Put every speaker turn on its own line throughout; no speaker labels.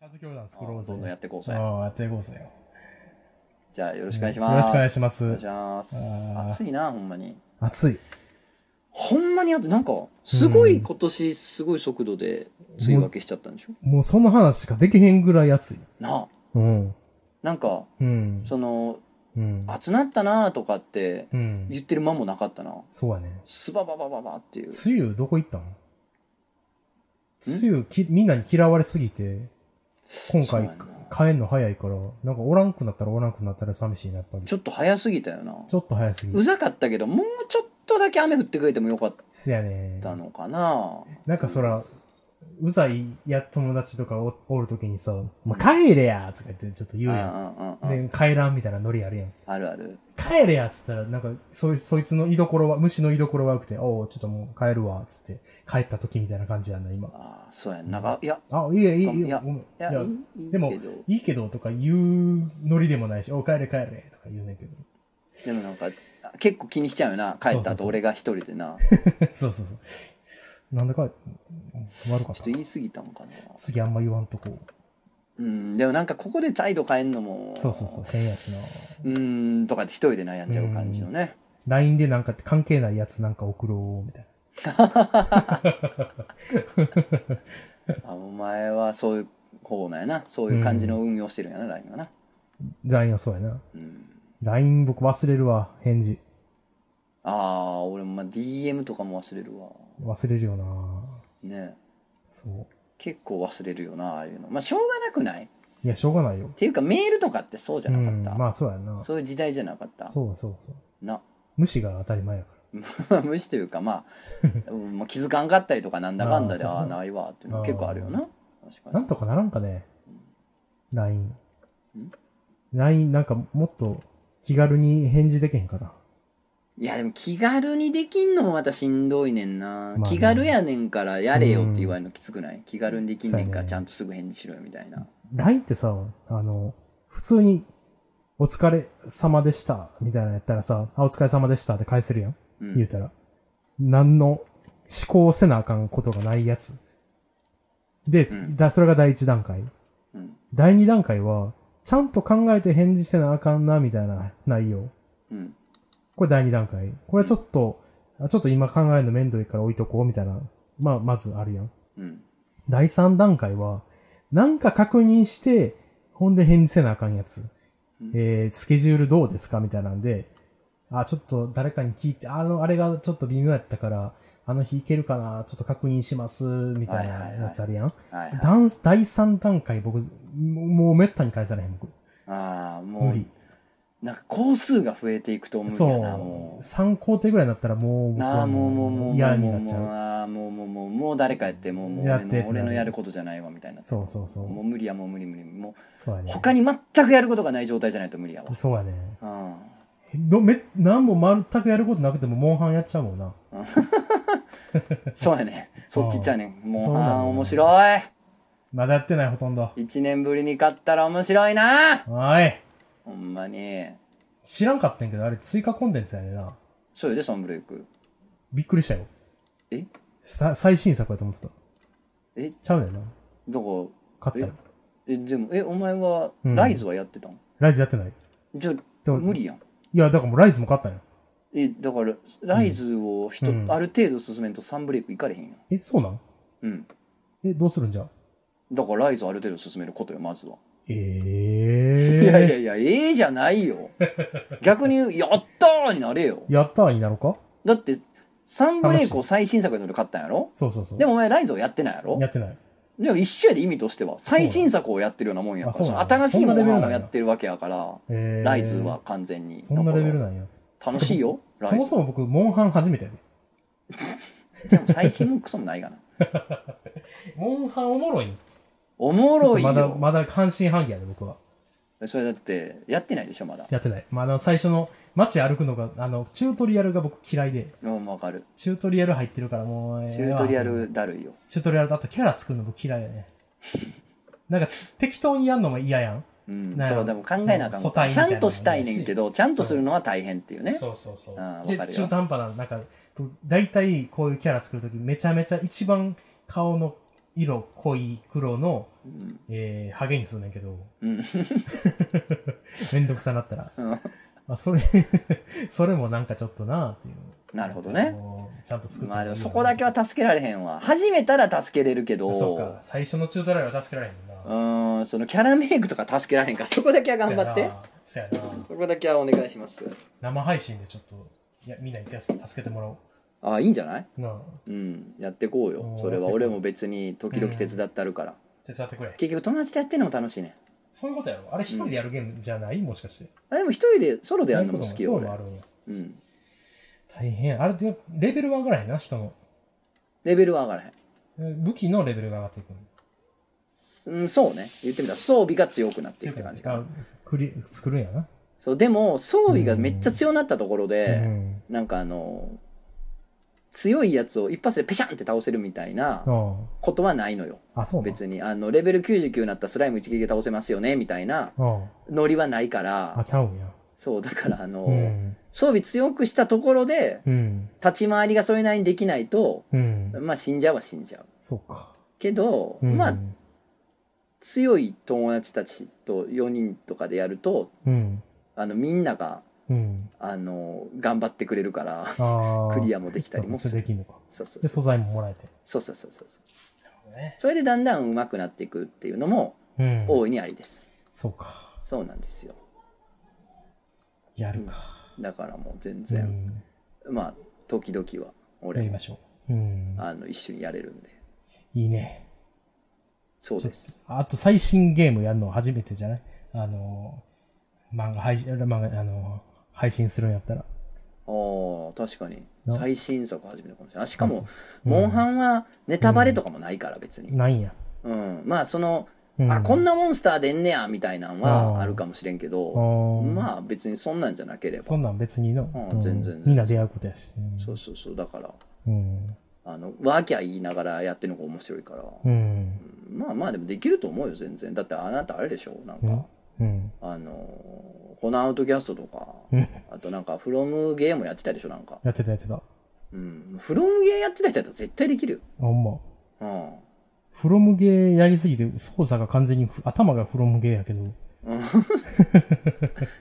カズ教団作ろうぜ。
どんどんやっていこうぜ。
うんやっていこうぜよ。
じゃあ、よろしくお願いします。
よろしくお願いします
お願いします
あー
暑いな、ほんまに。
暑い。
ほんまにあと、なんか、すごい今年、すごい速度で、梅雨明けしちゃったんでしょ
もうその話しかできへんぐらい暑い。
なあ。
うん。
なんか、
うん。
その、
うん。
暑なったなとかって、
うん。
言ってる間もなかったな。
そうやね。
スババババババっていう。
梅雨どこ行ったん梅雨き、みんなに嫌われすぎて、今
そう
回
やな
帰んの早いから、なんかおらんくなったらおらんくなったら寂しいな、やっぱり。
ちょっと早すぎたよな。
ちょっと早すぎ
う
る。
ざかったけど、もうちょっとだけ雨降ってくれてもよかっ
せやね。
たのかな。
なんかそら、うざいや友達とかおおるときにさ、ま帰れやとか言ってちょっと言うや
あ
ん。で、帰らんみたいなノリあるやん。
あるある。
帰れやっつったら、なんか、そい、そいつの居所は、虫の居所悪くて、おうちょっともう帰るわ、つって、帰った時みたいな感じやんな、今。
ああ、そうやん。なんか、いや、
あ、いいえ、いいえ、いい
い
え
や
ごめん。い
いや、
や
いいい
で
いけ
も
ど。
いいけどとか言うノリでもないし、おう帰れ帰れとか言うねんけど。
でもなんか、結構気にしちゃうよな。帰
そうそ
った
うそ
後
う
俺が一人でな。
そうそうそう。なんだか、悪かっ
ちょったと。言い過ぎたのかな。
次あんま言わんとこ。
うん、でもなんかここで態度変えんのも、
そうそうそう、変やしな。
う。うん、とかって一人で悩んじゃう感じのね。
LINE でなんか関係ないやつなんか送ろう、みたい
あお前はそういう方なんやな。そういう感じの運用してるんやな、LINE はな。
な。LINE はそうやな。
うん。
LINE 僕忘れるわ、返事。
ああ、俺もまあ DM とかも忘れるわ。
忘れるよな
ね
そう。
結構忘れるよな、ああいうの。まあ、しょうがなくないっ
いや、しょうがないよ。
ていうか、メールとかってそうじゃなかった。
うん、まあそうやな。そ
そういう時代じゃなかった。
うそうそう。
な。
無視が当たり前やか
無視というか、ま あ、うんまあ気づかんかったりとか、なんだかんだで、
あーそう
ああー、ないわ、っていうのは結構あるよな。確
ら。
か
な
に
ん。とかならんかね。LINE
ん。
LINE なんかもっと気軽に返事できへんかな。
いや、でも気軽にできんのもまたしんどいねんな。
まあ
気軽やねんから、やれよって言われるのきつくない、気軽にできんねん
そう
か
や
ら、
ね
ちゃんとすぐ返事しろよ、みたいな。
LINE ってさ、あの、普通に、お疲れ様でした、みたいなのやったらさ、あ、お疲れ様でしたって返せるやん。
う。
言うんたら。何の思考せなあかんことがないやつ。で、
うん
だそれが第一段階。
うん。
第二段階は、ちゃんと考えて返事せなあかんな、みたいな内容。
うん。
これ第二段階。これちょっと、あちょっと今考えるの面倒いから置いとこう、みたいな。まあ、まずあるやん。
うん。
第三段階は、なんか確認して、ほんで返事せなあかんやつ。
うん
えー、スケジュールどうですかみたいなんで、あ、ちょっと誰かに聞いて、あの、あれがちょっと微妙やったから、あの日行けるかなちょっと確認します、みたいな
はいはいはい
やつあるやん。
はい、はい。
ダンス第3段階僕、もうめったに返されへん、僕。
ああ、も
無
う
理。、
なんか工数が増えていくと無理
そ
やな、も
う。
う。
3工程ぐらいになったらもう僕
な
は
あもうもうもうもう
嫌に
も
なっ
うも
ち
う
ゃう。
あーもうもうもうもう誰かやってもうもう
や
俺
ってってな
の
る
俺のやることじゃないわみたいな
そうそうそう
もう無理やもう無理無理も
そうや
う
ね。
他に全くやることがない状態じゃないと無理やわ
そうやね。
うん
どめ何も全くやることなくてもモンハンやっちゃうもんな
そうやねそっち行っちゃうねも
そううなんだ
あー面白い
まだやってないほとんど
1年ぶりに勝ったら面白いな
おい
ほんまに
知らんかったんやけどあれ追加コンテンツやねんな
そうよでサンブレイク
びっくりしたよ
え
さ最新作やと思ってた
え
ちゃうねんな
どこ
勝ったら
えでもえお前は
うん
ライズはやってたん、
ライズやってない
じゃあ
どう
無理やん
いやだからもうライズも勝ったんや
えだからライズをひと、
うん
ある程度進めんとサンブレイクいかれへんやん
えそうなん
うん
えどうするんじゃ
だからライズある程度進めることよまずは、
え
いやいや
え
いやええじゃないよ逆に「やったー!」になれよ
やったーになろうか
だってサンブレイクを最新作に乗って買ったんやろ
そうそうそう
でもお前ライズをやってないやろ
やってない
でも一緒やで意味としては最新作をやってるようなもんやから
そう
そ
なん
の
や
新しいも
そんなレベル
の
な
を
んや
やってるわけやから
えー
ライズは完全に
そんなレベル
だか
なんや
ら楽しいよライ ズ
そもそも僕モンハン初めてやで
でも最新もクソもない がな
モンハンおもろいん
おも
ちょっ
ろ
と
い
まだ
よ
まだ半信半疑やで僕は
それだってやってないでしょまだ
やってない。まあ、あの、最初の街歩くのが、あの、チュートリアルが僕嫌いで、
うんわかる
チュートリアル入ってるからもう、え
チ
え
ュ
わ
ートリア。ルだるいよ
チュートリアルだとキャラ作るの僕嫌いやね。 なんか、適当にやるのも嫌やん。
うん
な、る
そ
ほ
う
ど
でも考えなあかん
そ
こ
う素体み
とち
たいなの
ゃ
も
んとしたいねんけどちゃんと
そう
するのは大変っていうね
そうそうそう
ああ。
で、
わかるよ
中途半端な、なんか、僕大体こういうキャラ作るとき、めちゃめちゃ一番顔の色濃い黒の、
うん
えー、ハゲにすんねんけど、
うん
めんどくさなったら。
うん
まあ、それ、それもなんかちょっとなあっていう。
なるほどね。
こう。ちゃんと作って
まあでもそこだけは助けられへんわ始めたら助けれるけど
そうか、最初のチュートラルは助けられへんもんな。
うーんそのキャラメイクとか助けられへんからそこだけは頑張って
そやな。そやな
そこだけはお願いします
生配信でちょっと、いや、みんな一回助けてもらお。
ああいいんじゃないう
なあ、
うんやってこうよ
おー
それは俺も別に時々手伝ってあるから、
手伝ってくれ。
結局友達とやってんのも楽しいね
そういうことやろあれ一人でやるゲームじゃないもしかして。
あでも一人でソロでやるのも好きよ
そういう
俺
こともそういうのもあるんや。
うん
大変。あれって、レベルは上がらへんな、人の。
レベルは上がらへん
武器のレベルが上がっていく。
うん、そうね言ってみたら装備が強くなっていくって感じかな
あクリ作るんやな。
そうでも装備がめっちゃ強なったところ
う
で、
ん。
なんかあの強いやつを一発でペシャンって倒せるみたいな
あ
ことはないのよ
ああ、そうなん
別にあのレベル99になったスライム一撃で倒せますよねみたいな
あ
ノリはないか
あ、あ
ら
ちゃうんや。
そうだからあの、
うん。
装備強くしたところで
うん。
立ち回りがそれなりにできないと
うん。
まあ死んじゃうは死んじゃう
そうか。
けど、
うん、
まあ強い友達たちと4人とかでやると
うん。
あのみんなが
うん。
あの頑張ってくれるから
ああ。
クリ
ア
アもできたりも
そ
す
う
る
できんのか。
そうそう
で、素材ももらえて。
そうそうそうそう
ね。
それでだんだん上手くなっていくっていうのも
うん。
大いにありです、
そうか。
そうなんですよ
やるか。
だからもう全
う
然、
ん。
まあ時々は
や
俺
り
も
ましょう。うん。
あの一緒にやれるんで
いいね。
そう
ちょ
で
っ
す
と、あと最新ゲームやるの初めてじゃないあの、漫画配信、漫画、あの、配信するんやったら。
ああ確かに
な
最新作始めるかもしれないあしかも、
うん
モンハンはネタバレとかもないから別に、
ないんや。
うんまあその、
う
あこん
な、
なモンスター出んねやみたいなん
あ
は
ー
あるかもしれんけど、
ま
まあ別にそんなんじゃなければ
そんなん別にの、
うん
うん
全然
みんな出会うことやし。うん
そうそうそうだから
うん。
あのワーキャー言いながらやってるのが面白いから、
うん。
まあまあでもできると思うよ全然だってあなたあれでしょなんか、
うん。
あのーこのアウトキャストとか
うん
あとなんかフロムゲーもやってたでしょなんか
やってたやってた。
うんフロムゲーやってた人だったら絶対できるよ
ほんま。
うん
フロムゲーやりすぎて操作が完全にふ頭がフロムゲーやけど。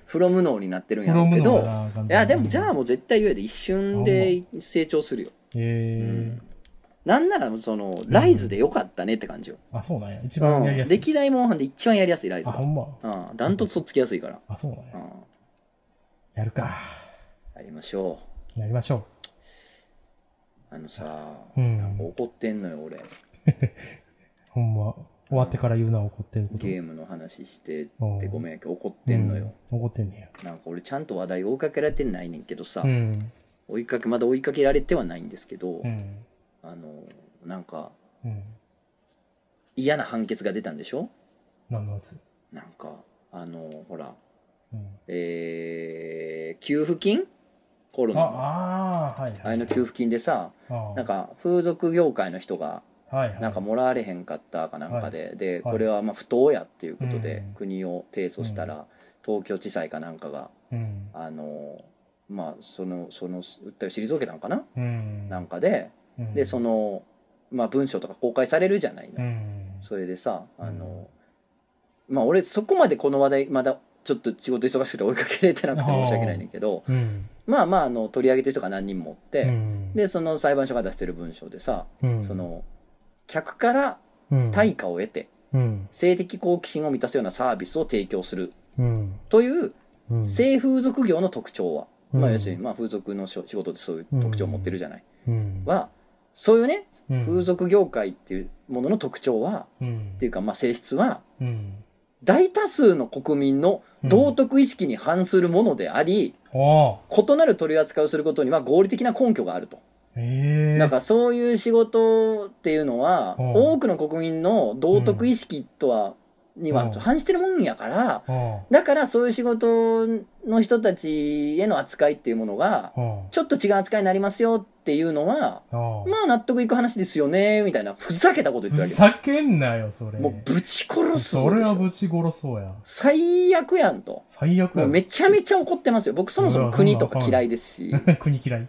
フロム脳になってるん
フ
や
ロ
ろう
ム
け
の
ど
かな完全に
いやでもじゃあもう絶対言えで一瞬で成長するよ
えー
なんならそのライズでよかったねって感じよ、
あ、そうなんや。一
う
番
ん
やりやすい。
歴代モンハンで一番やりやすいライズ
あ、
が
ほんま。
うんダントツとっつきやすいから、
あ、そうなん
う
や。
ん、
やるか。
やりましょ
やりましょ
うあのさ、
う。う
なんか
ん。
怒ってんのよ俺
ほんま。終わってから言うな、怒ってること。
ゲームの話して
うん
ってごめんやけど怒ってんのよ、
うん。怒ってんねや。
なんか俺ちゃんと話題追いかけられてないねんけどさ、
うん。
追いかけまだ追いかけられてはないんですけど、
うん。
あのなんか
うん。
嫌な判決が出たんでしょ
何のやつ
なんかあのほら
うん。
えー給付金コロ
あ、
ナのあ
ああー、はいはい。
れの給付金でさ
あー
なん、か風俗業界の人が
はいはい。
なんかもらわれへんかったかなんかで、で
はい
これはまあ不当やっていうことで
うん
国を提訴したら、東京地裁かなんかが
うん。
あのまあそのその訴えを退けたんかな、
うん。
なんかで
うん
でそ、の、まあ、文章とか公開されるじゃないの、
うん。
それでさあの、まあ俺そこまでこの話題まだちょっと仕事忙しくて追いかけれてなくて申し訳ないねんだけど
うん。
まあまああの取り上げてる人が何人もおって、
うん、
でその裁判所が出してる文章でさ、
うん
そ、の客から
うん、
対価を得て
うん、
性的好奇心を満たすようなサービスを提供する
うん、
という
うん、
性風俗業の特徴は、
うん
まあ要するにまあ風俗のしょ仕事でそういう特徴を持ってるじゃない、
うん、
はそういうね
うん
風、俗業界っていうものの特徴は、
うん、
っていうかまあ性質は
うん、
大多数の国民の道徳意識に反するものであり、
おー
異なる取り扱いをすることには合理的な根拠があると。
えー、
なんかそういう仕事っていうのは、
うん
多くの国民の道徳意識とは、に
うん
は反してるもんやから、
おー、
だからそういう仕事の人たちへの扱いっていうものが、
お
ちょっと違う扱いになりますよっていうのは、
ー、おー、
まあ納得いく話ですよね、みたいな、ふざけたこと言っ
ふ
てるわけよ。
ざけんなよ、それ。
もうぶち殺すぞ
それ
でし
は
ょ
ぶち殺そうや。
最悪やんと。
最悪
も
や。
うめちゃめちゃ怒ってますよ。僕そもそうも
わ
国とか嫌いですし、
国嫌い。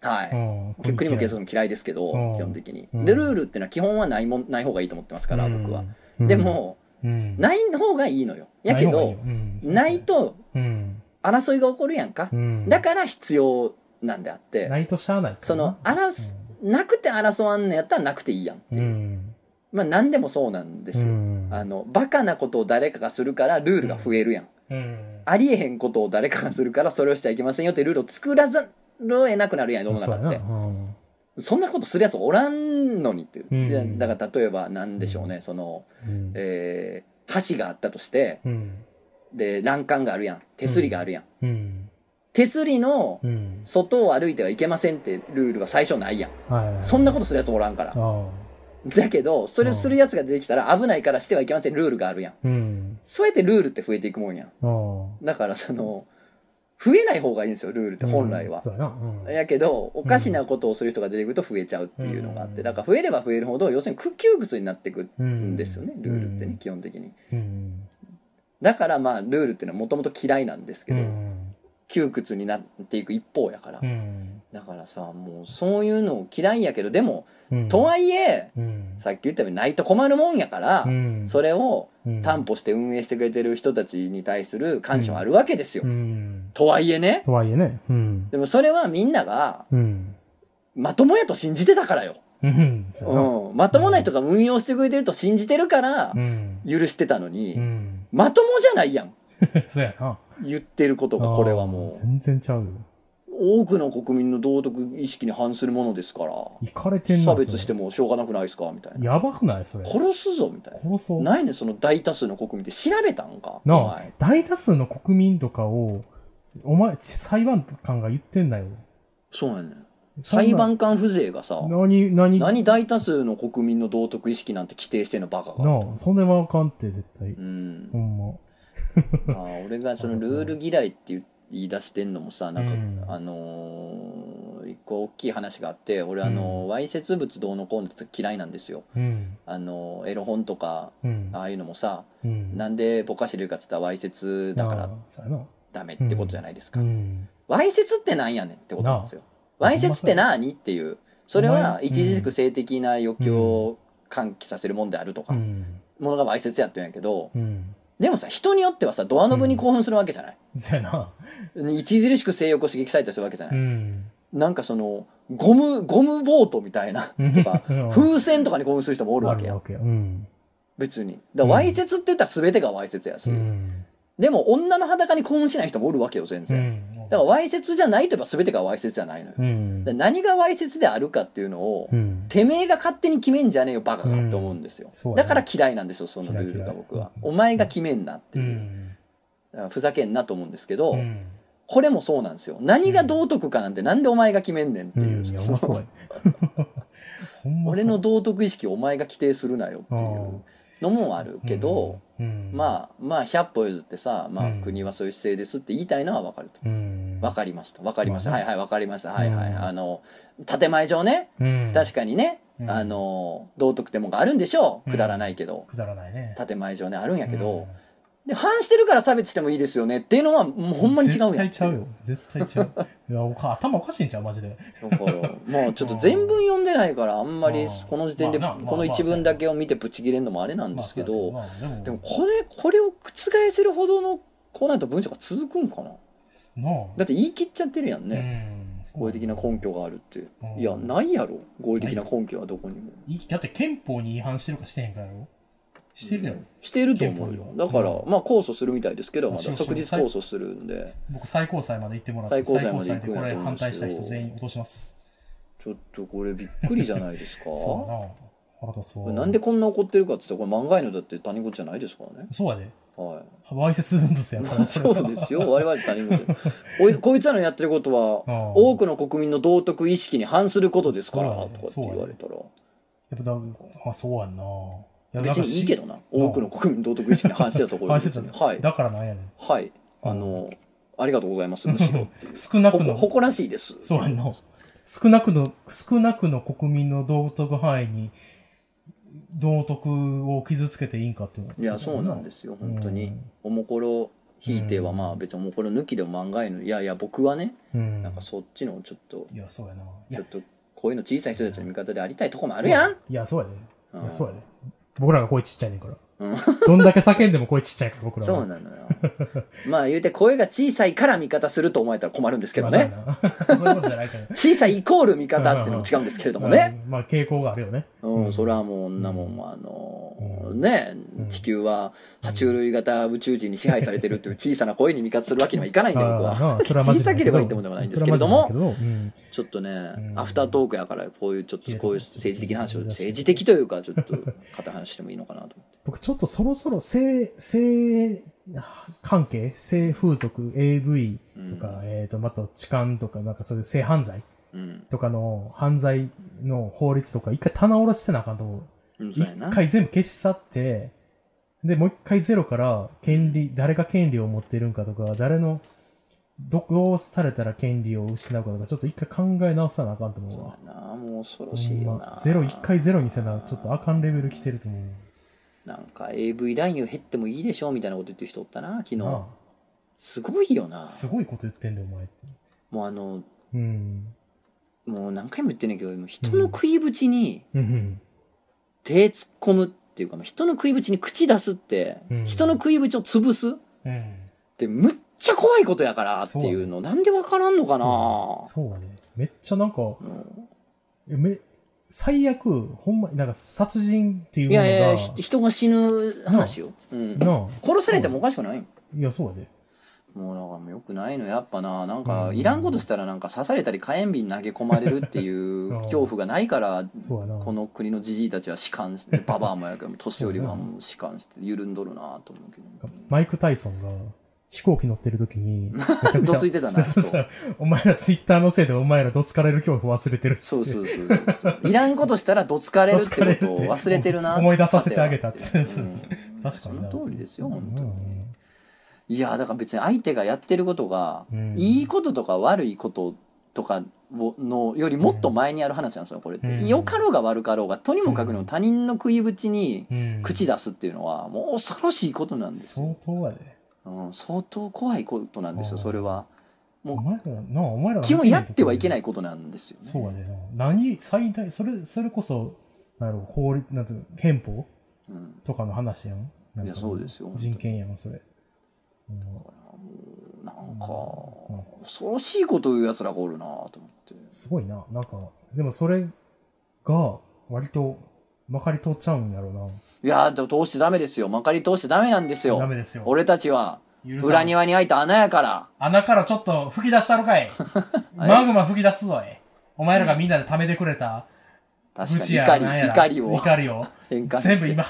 はい。
うん。これ
国も警察
嫌い
も嫌いですけど、
うん
基本的に。
うん
で、ルールってのは基本はないもん、ない方がいいと思ってますから、僕は。。
うん
で、も、
うん
ない方がいいのよ。やけど、、ない、と
方がいいようん
争いが起こるやんか
う。ん。
だから必要なんであっ
ら
て、
ないとしゃあないからな。
その、あらす、なくて争わんのやったらなくていいやんっ
うん、
ていうう。
ん。
まあ、何でもそうなんですよ。
うん
あの、バカなことを誰かがするからルールが増えるやん。
うん。
ありえへんことを誰かがするからそれをしちゃいけませんよってルールを作らざるを得なくなるやん、世の
そう
中
やな
って。
うん
そんなことするやつおらんのにっていう。
うん
いやだから例えば何でしょうね、その、
うん
えー橋があったとして、
うん。
で、欄干があるやん。手すりがあるやん。
うん。
手すりの
うん。
外を歩いてはいけませんってルールは最初ないやん。
はいはい。
そんなことするやつおらんから。
あ
だけど、それするやつが出てきたら危ないからしてはいけませんルールがあるやん。
あ。うん。
そうやってルールって増えていくもんやん。
ああ。
だからその、増えない方がいいんですよ、ルールって本来
うん
は。
そうやな。うん。
やけど、おかしなことをする人が出てくると増えちゃうっていうのがあっ
う
て、
ん
だから増えれば増えるほど、要するに窮屈になってく
う
うんですよね、ルールってね、。基本的に。
うん。
だからまあ、ルールっていうのはもともと嫌いなんですけ
う
ど、
ん。
窮屈になっていく一方やから
う。ん。
だからさ、もうそういうの嫌いやけど、でも、
うん
とはいえ、
うん。
さっき言ったようにないと困るもんやから
う、ん。
それを
れ
担保して運営してくれてる人たちに対する感謝はあるわけですよ
う。ん。
とはいえね、
とはいえね。うん。
でもそれはみんなが
うん。
まともやと信じてたからよ。
うん。そうやな
うん。まともな人が運用してくれてると信じてるから
う、ん。
許してたのに、
うん。
まともじゃないやん。
そうやな。
言ってることが、これはもう。
全然ちゃうよ。
多くの国民の道徳意識に反するものですから、
いかれてんな
差別して
も。
もしょうがなくないですかみたい
それ
な。
やばくないそれ。
殺すぞみたいな。
殺そう。
ないねんその大多数の国民って調べたんか。
なあ
お前
大多数の国民とかを、お前、裁判官が言ってんだよ。
そうやねん裁判官風情がさ
そん、な何、何、
何大多数の国民の道徳意識なんて規定してんのバカが。
なあ、そんなはあかんって、絶対
う。ん
ほ。んま。
あー俺がそのルール嫌いって言い出してんのもさなんか、
うん
あのー一個大きい話があって俺あのー
うん
わいせつ物どうのこうのって嫌いなんですよ
うん。
あのーエロ本とか
うん。
ああいうのもさ
うん。
なんでぼかしてるかっつったらわいせつだから
なあ。そうやな。
ダメってことじゃないですか
うん。
わいせつってなんやねんってことなんですよ
なあ
わいせつって何っていうそれ
お
は
前
一軸性的な欲求を喚起させるもんであると
う
か、
ん。
ものがわいせつやってんやけど
うん。
でもさ人によってはさドアノブに興奮するわけじゃない、
そうやな。
著しく性欲を刺激されたりするわけじゃな
う
い、
ん。
なんかそのゴムゴムボートみたいなとか風船とかに興奮する人もお
お
るわけやん
わけや。うん。
別にだからわいせつって言ったら全てがわいせつやし、
うん。
でも女の裸に興奮しない人もおるわけよ全
う
然、
ん。
だからわいせつじゃないといえば全てがわいせつじゃないのよ、
う
だか
ん。
ら何がわいせつであるかっていうのを、
うん。
てめえが勝手に決めんじゃねえよバカ
う
が
ん
と思うんですよ、
そうや
だ
な
から嫌いなんですよそのルール
嫌い嫌
が
い
僕は
うん
お前が決めんなって
う
いう、
ん。
だからふざけんなと思うんですけど、
うん。
これもそうなんですよ。何が道徳かなんてなんでお前が決めんねんって
う
い
ん。
う。
いや、ほんまそうや。ほんまそう
俺の道徳意識をお前が規定するなよってい
あ
うのもあるけど、
うん、あ、
まあまあ100歩譲ってさ、まあ
うん
国はそういう姿勢ですって言いたいのはわかると。
うん、
わかりました。わかりました。
まあ
はい
ね
はい、わかりました。はいはい。
うん
あの、建前上ね、
うん、
確かにね、
うん
あの、道徳ってもんがあるんでしょう。
うん
くだらないけど。
くだらないね。
建前上ね、あるんやけど、で、反してるから差別してもいいですよねっていうのは、もう
うん、
ほんまに違うんや
絶
ん
対ちゃうよ。絶対ちゃう。いや、おか頭おかしいんちゃうマジで。
だから もうちょっと全文読んでないからあんまり
うん
この時点で
まあなまあ
この一文だけを見てブチ切れんのもあれなんですけど
まあ、そうやけどまあ
で
で
も
も、
これこれを覆せるほどのこうないと文章が続くんかな
なあ
だって言い切っちゃってるやんね
ね、うん、
合理的な根拠があるって
うん
いやないやろ合理的な根拠はどこにも
いだって憲法に違反してるかしてへんからやろしてるやろ、
してると思うよ
憲法に
だ
は
から
う
まあ控訴するみたいですけどまだ
そうそう
即日控訴するんで
僕最高裁まで行ってもらって
最高裁まで行く
最高裁で
んやと
これ
思うん
反
ですけど
対した人全員落とします
ちょっとこれびっくりじゃないですか
そうやな腹立つわ
なんでこんな怒ってるかっつったらこれ漫画へのだって他人事じゃないですからね
そうやで
はい
わいせつ物や からこれ
そうですよ。我々他人事。おいこいつらのやってること
う
は、
ん
多くの国民の道徳意識に反することですから、
そうだね
とかって言われたら。
やっぱだ、まあ、そうやんな。や
別にいいけど。な。多くの国民の道徳意識に反してたところ
あ、
は
し
別
て
に。
た。
はい。
だからなんやねん。
はい。あの、ありがとうございます、む しろっていう。
少なく
ほこ
の、
誇らしいです。
そうやんな。少なくの、少なくの国民の道徳範囲に、道徳を傷つけていいんかっていうの
いや、そうなんですよ、本当に。
うん
おもころひいてはまあ別にもうこれ抜きでも漫画へのいやいや僕はね
うん。
なんかそっちのちょっと
いや、そうやな。い
ち
や
ょっとこういうの小さい人たちの味方でありたいとこもあるやん
いや、そうやで。い
うん
や、そうやで。僕らが声ちっちゃいねんから。
うん
どんだけ叫んでも声ちっちゃいから、僕らは。
そうなのよ まあ言うて声が小さいから味方すると思えたら困るんですけどね
まあ。そうやな そういうことじゃない から。
小さいイコール味方っていうのも違うんですけれどもね
うん。まあ、傾向があるよね。
うん、
うん
それはもう女もん、あのー
うん
ね
うん
地球は爬虫類型宇宙人に支配されてるっていう小さな声に味方するわけにはいかないんで僕は
ああそれはマジ
小さければいいってもんでもないんですけれども
それはマジなんだけど
ちょっとね、
ん
アフタートークやからこういうちょっとこういう政治的な話を
うん
政治的というかちょっと片話してもいいのかなと思って
うん僕ちょっとそろそろ性、性関係、性風俗、AV とか、えっ、と、また痴漢とか、なんかそういう性犯罪
うん、
とかの犯罪の法律とか、一回棚卸してなあかんと思う。
うん、そう
一
やな
回全部消し去って、で、もう一回ゼロから、権利、誰が権利を持ってるんかとか、誰の、どこされたら権利を失うかとか、ちょっと一回考え直さなあかんと思う
そう
わ。
やなもう恐ろ
ほ
しい
ん
よ
ま
な
ゼロ、一回ゼロにせな、ちょっとあかんレベル来てると思う。
なんか AV 男優減ってもいいでしょみたいなこと言ってる人おったな昨日
な
すごいよな
あすごいこと言ってんだよ、お前って。
もうあの
うん。
もう何回も言ってんねんけどもう人の食いぶちに
うん。
手突っ込むっていうか、まあ人の食いぶちに口出すって、
うん
人の食いぶちを潰すっ
うん。
てむっちゃ怖いことやからっていうのなんでわからんのかな
そうだね。めっちゃなんか、
うん
えめ、最悪、ほんまに、なんか殺人っていう
い
ものが、
やいやひ人が死ぬ話よ、うん、
なあ
殺されてもおかしくないよ
いや、そうやで。
もうなんかもうよくないのやっぱななん
う
か
ん
いらんことしたらなんか刺されたり火炎瓶投げ込まれるっていう
うん
恐怖がないから
そうやな。
この国のじじいたちは弛 緩してババアもやけど年寄りはもう弛緩して緩んどるなと思うけど
マイク・タイソンが飛行機乗ってる時 に、めちゃくちゃ。
どついてたな
そうそうお前らツイッターのせいでお前らどつかれる恐怖忘れてるっつって。
そうそうそう。いらんことしたらどつかれるってことを忘れてるな。
思い出させてあげたっつって
うん
確かにな
その通りですよ、本当
う
に。
ん
いや、だから別に相手がやってることが、
うん
いいこととか悪いこととかをのよりもっと前にある話なんですよ、これって。
うん
良かろうが悪かろうが、とにもかくにも他人の食いぶちに
うん
口出すっていうのは、もう恐ろしいことなんですよ。
相当やで。
うん、相当怖いことなんですよ、それは。もう
お前ら、なあ、お前らが。
基本やってはいけないいことなんですよね。
そうやでな。何、最大、それ、それこそ、なんやろう、法律、なんていうの憲法
うん
とかの話やん。なんか
いやそうですよ本当に
人権やん、それ。うん
なんか、
うん
恐ろしいこと言う奴らがおるなと思って。
すごいな。なんか、でもそれが、割と、まかり通っちゃうんやろうな。
いやー、でも通してダメですよ。まかり通してダメなんですよ。
ダメですよ
俺たちは、
許さん
裏庭に開いた穴やから。
穴からちょっと吹き出したろ かいマグマ吹き出すぞいお前らがみんなで貯めてくれた
確
武
か
士
に
や
怒り、
なんやら
怒りを。
怒り を
変換して
全部今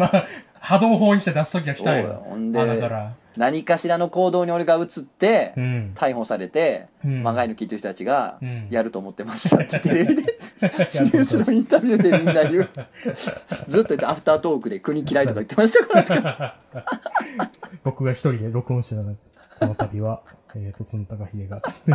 今波動砲にして出す時が来た
そうよ
よ
ほんで
穴から
何かしらの行動に俺が移って、
うん
逮捕されて、
うん
まがいの聞いてる人たちが、
うん
やると思ってましたってテレビで、 ニュース
やっ
のインタビューでみんな言 う。ずっと言って、アフタートークで国嫌いとか言ってましたから。
と 僕が一人で録音してたのこの度はえーとつんたかひでがつって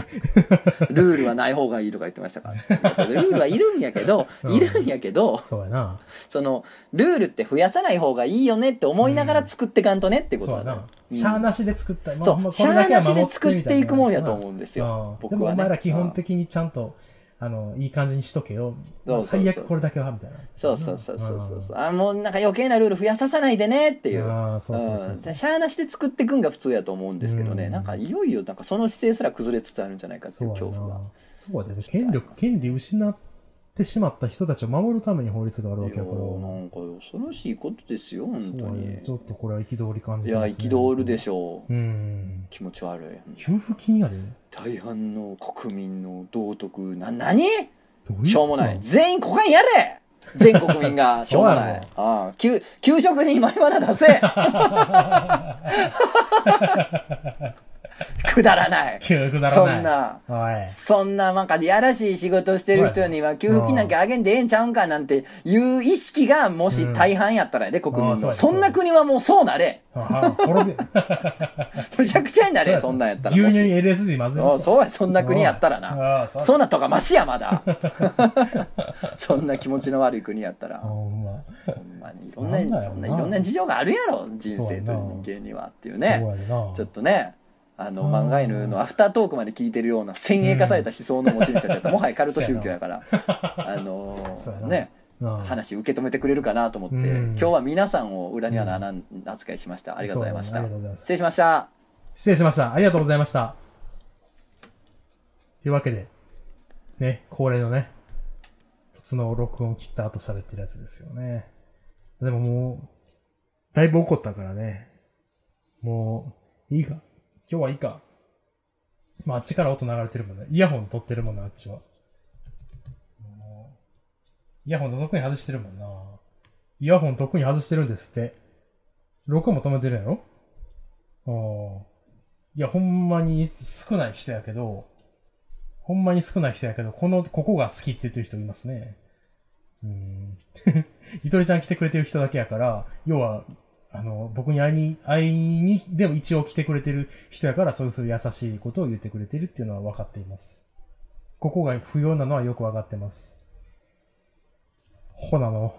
ルールはない方がいいとか言ってましたから。ルールはいるんやけど、
うん
いるんやけど、
そうやな
その、ルールって増やさない方がいいよねって思いながら作ってかんとねってこ
そ
と
うや
だね
な。シャアなしで作った
そ
まあまあ
う、シ
こ
ャ
れ
ア
だけ
な
は
し
守
で
って
作っていくもんやと思
う
うんです
うん
よ。僕
でも
は
お
ね。
前ら基本
うん
的にちゃんとあのいい感じにしとけよ
そうそうそう
最悪これだけはみたいな
そうそうそうそうそうそう。あ、もうなんか余計なルール増やささないでねっていう。うん
ああ、そうそうそうそう。
シャアなしで作っていくんが普通やと思うんですけどね、
うん
なんかいよいよなんかその姿勢すら崩れつつあるんじゃないかって
そ
いうう
や
恐怖が
な。そうだよね。権力、権利失ってしまった人たちを守るために法律があるわ
い
け
や
だから。
ーなんか恐ろしいことですよ本
そう
当
だ
に
ね。ちょっとこれは憤り感
い
じ
や
ますね
憤るでしょう
うん。
気持ち悪い
給付金やで。
大半の国民の道徳な何
どういうこと
しょうもない全員コカインやれ全国 民がしょうもないああ給給食にマリマナ出せくだらない。
いやくだ
そ
ら
ん
ない。
な、
おい。
そんななんかやらしい仕事してる人には給付金なんかあげんでええんちゃうんかなんていう意識がもし大半やったらやで、国
あ
民
あそう
の。
や
そんな国はもうそうなれ。
ああ、滅び。
むちゃくちゃになれ、そんなんやったら。も
牛乳に
し
LSD 混ぜ
おう
う
そうや、そんな国やったらな。
な。あ あ、そう
そんなんとかマシや、ま だ。そんな気持ちの悪い国やったら。
あほんま。
ほんまにいろんな
なんだよな
そんないろんな事情があるやろ人生という人間にはっていうね
そうやな。
ちょっとねあの
うん
漫画犬のアフタートークまで聞いてるような先鋭化された思想の持ち主たちだったらもはやカルト宗教やからあの
そうや
ー
な
ね
うん
話受け止めてくれるかなと思って
うん
今日は皆さんを裏にはならん扱いしましたありがとうございまし
そ
た
うだねありがとうございます
失礼しました
失礼しました。ありがとうございました。というわけで、ね、恒例のね、突の録音切った後喋ってるやつですよね。でももう、だいぶ怒ったからね。もう、いいか。今日はいいか。まあ、あっちから音流れてるもんね。イヤホン取ってるもんな、あっちは。もうイヤホンの特に外してるもんな。イヤホン特に外してるんですって。録音も止めてるやろうんいや、ほんまに少ない人やけど、ほんまに少ない人やけど、この、ここが好きって言ってる人いますね。うん。 ゆとりちゃん来てくれてる人だけやから、要は、あの、僕に会いに、会いに、でも一応来てくれてる人やから、そういうふうに優しいことを言ってくれてるっていうのは分かっています。ここが不要なのはよく分かってます。ほなの。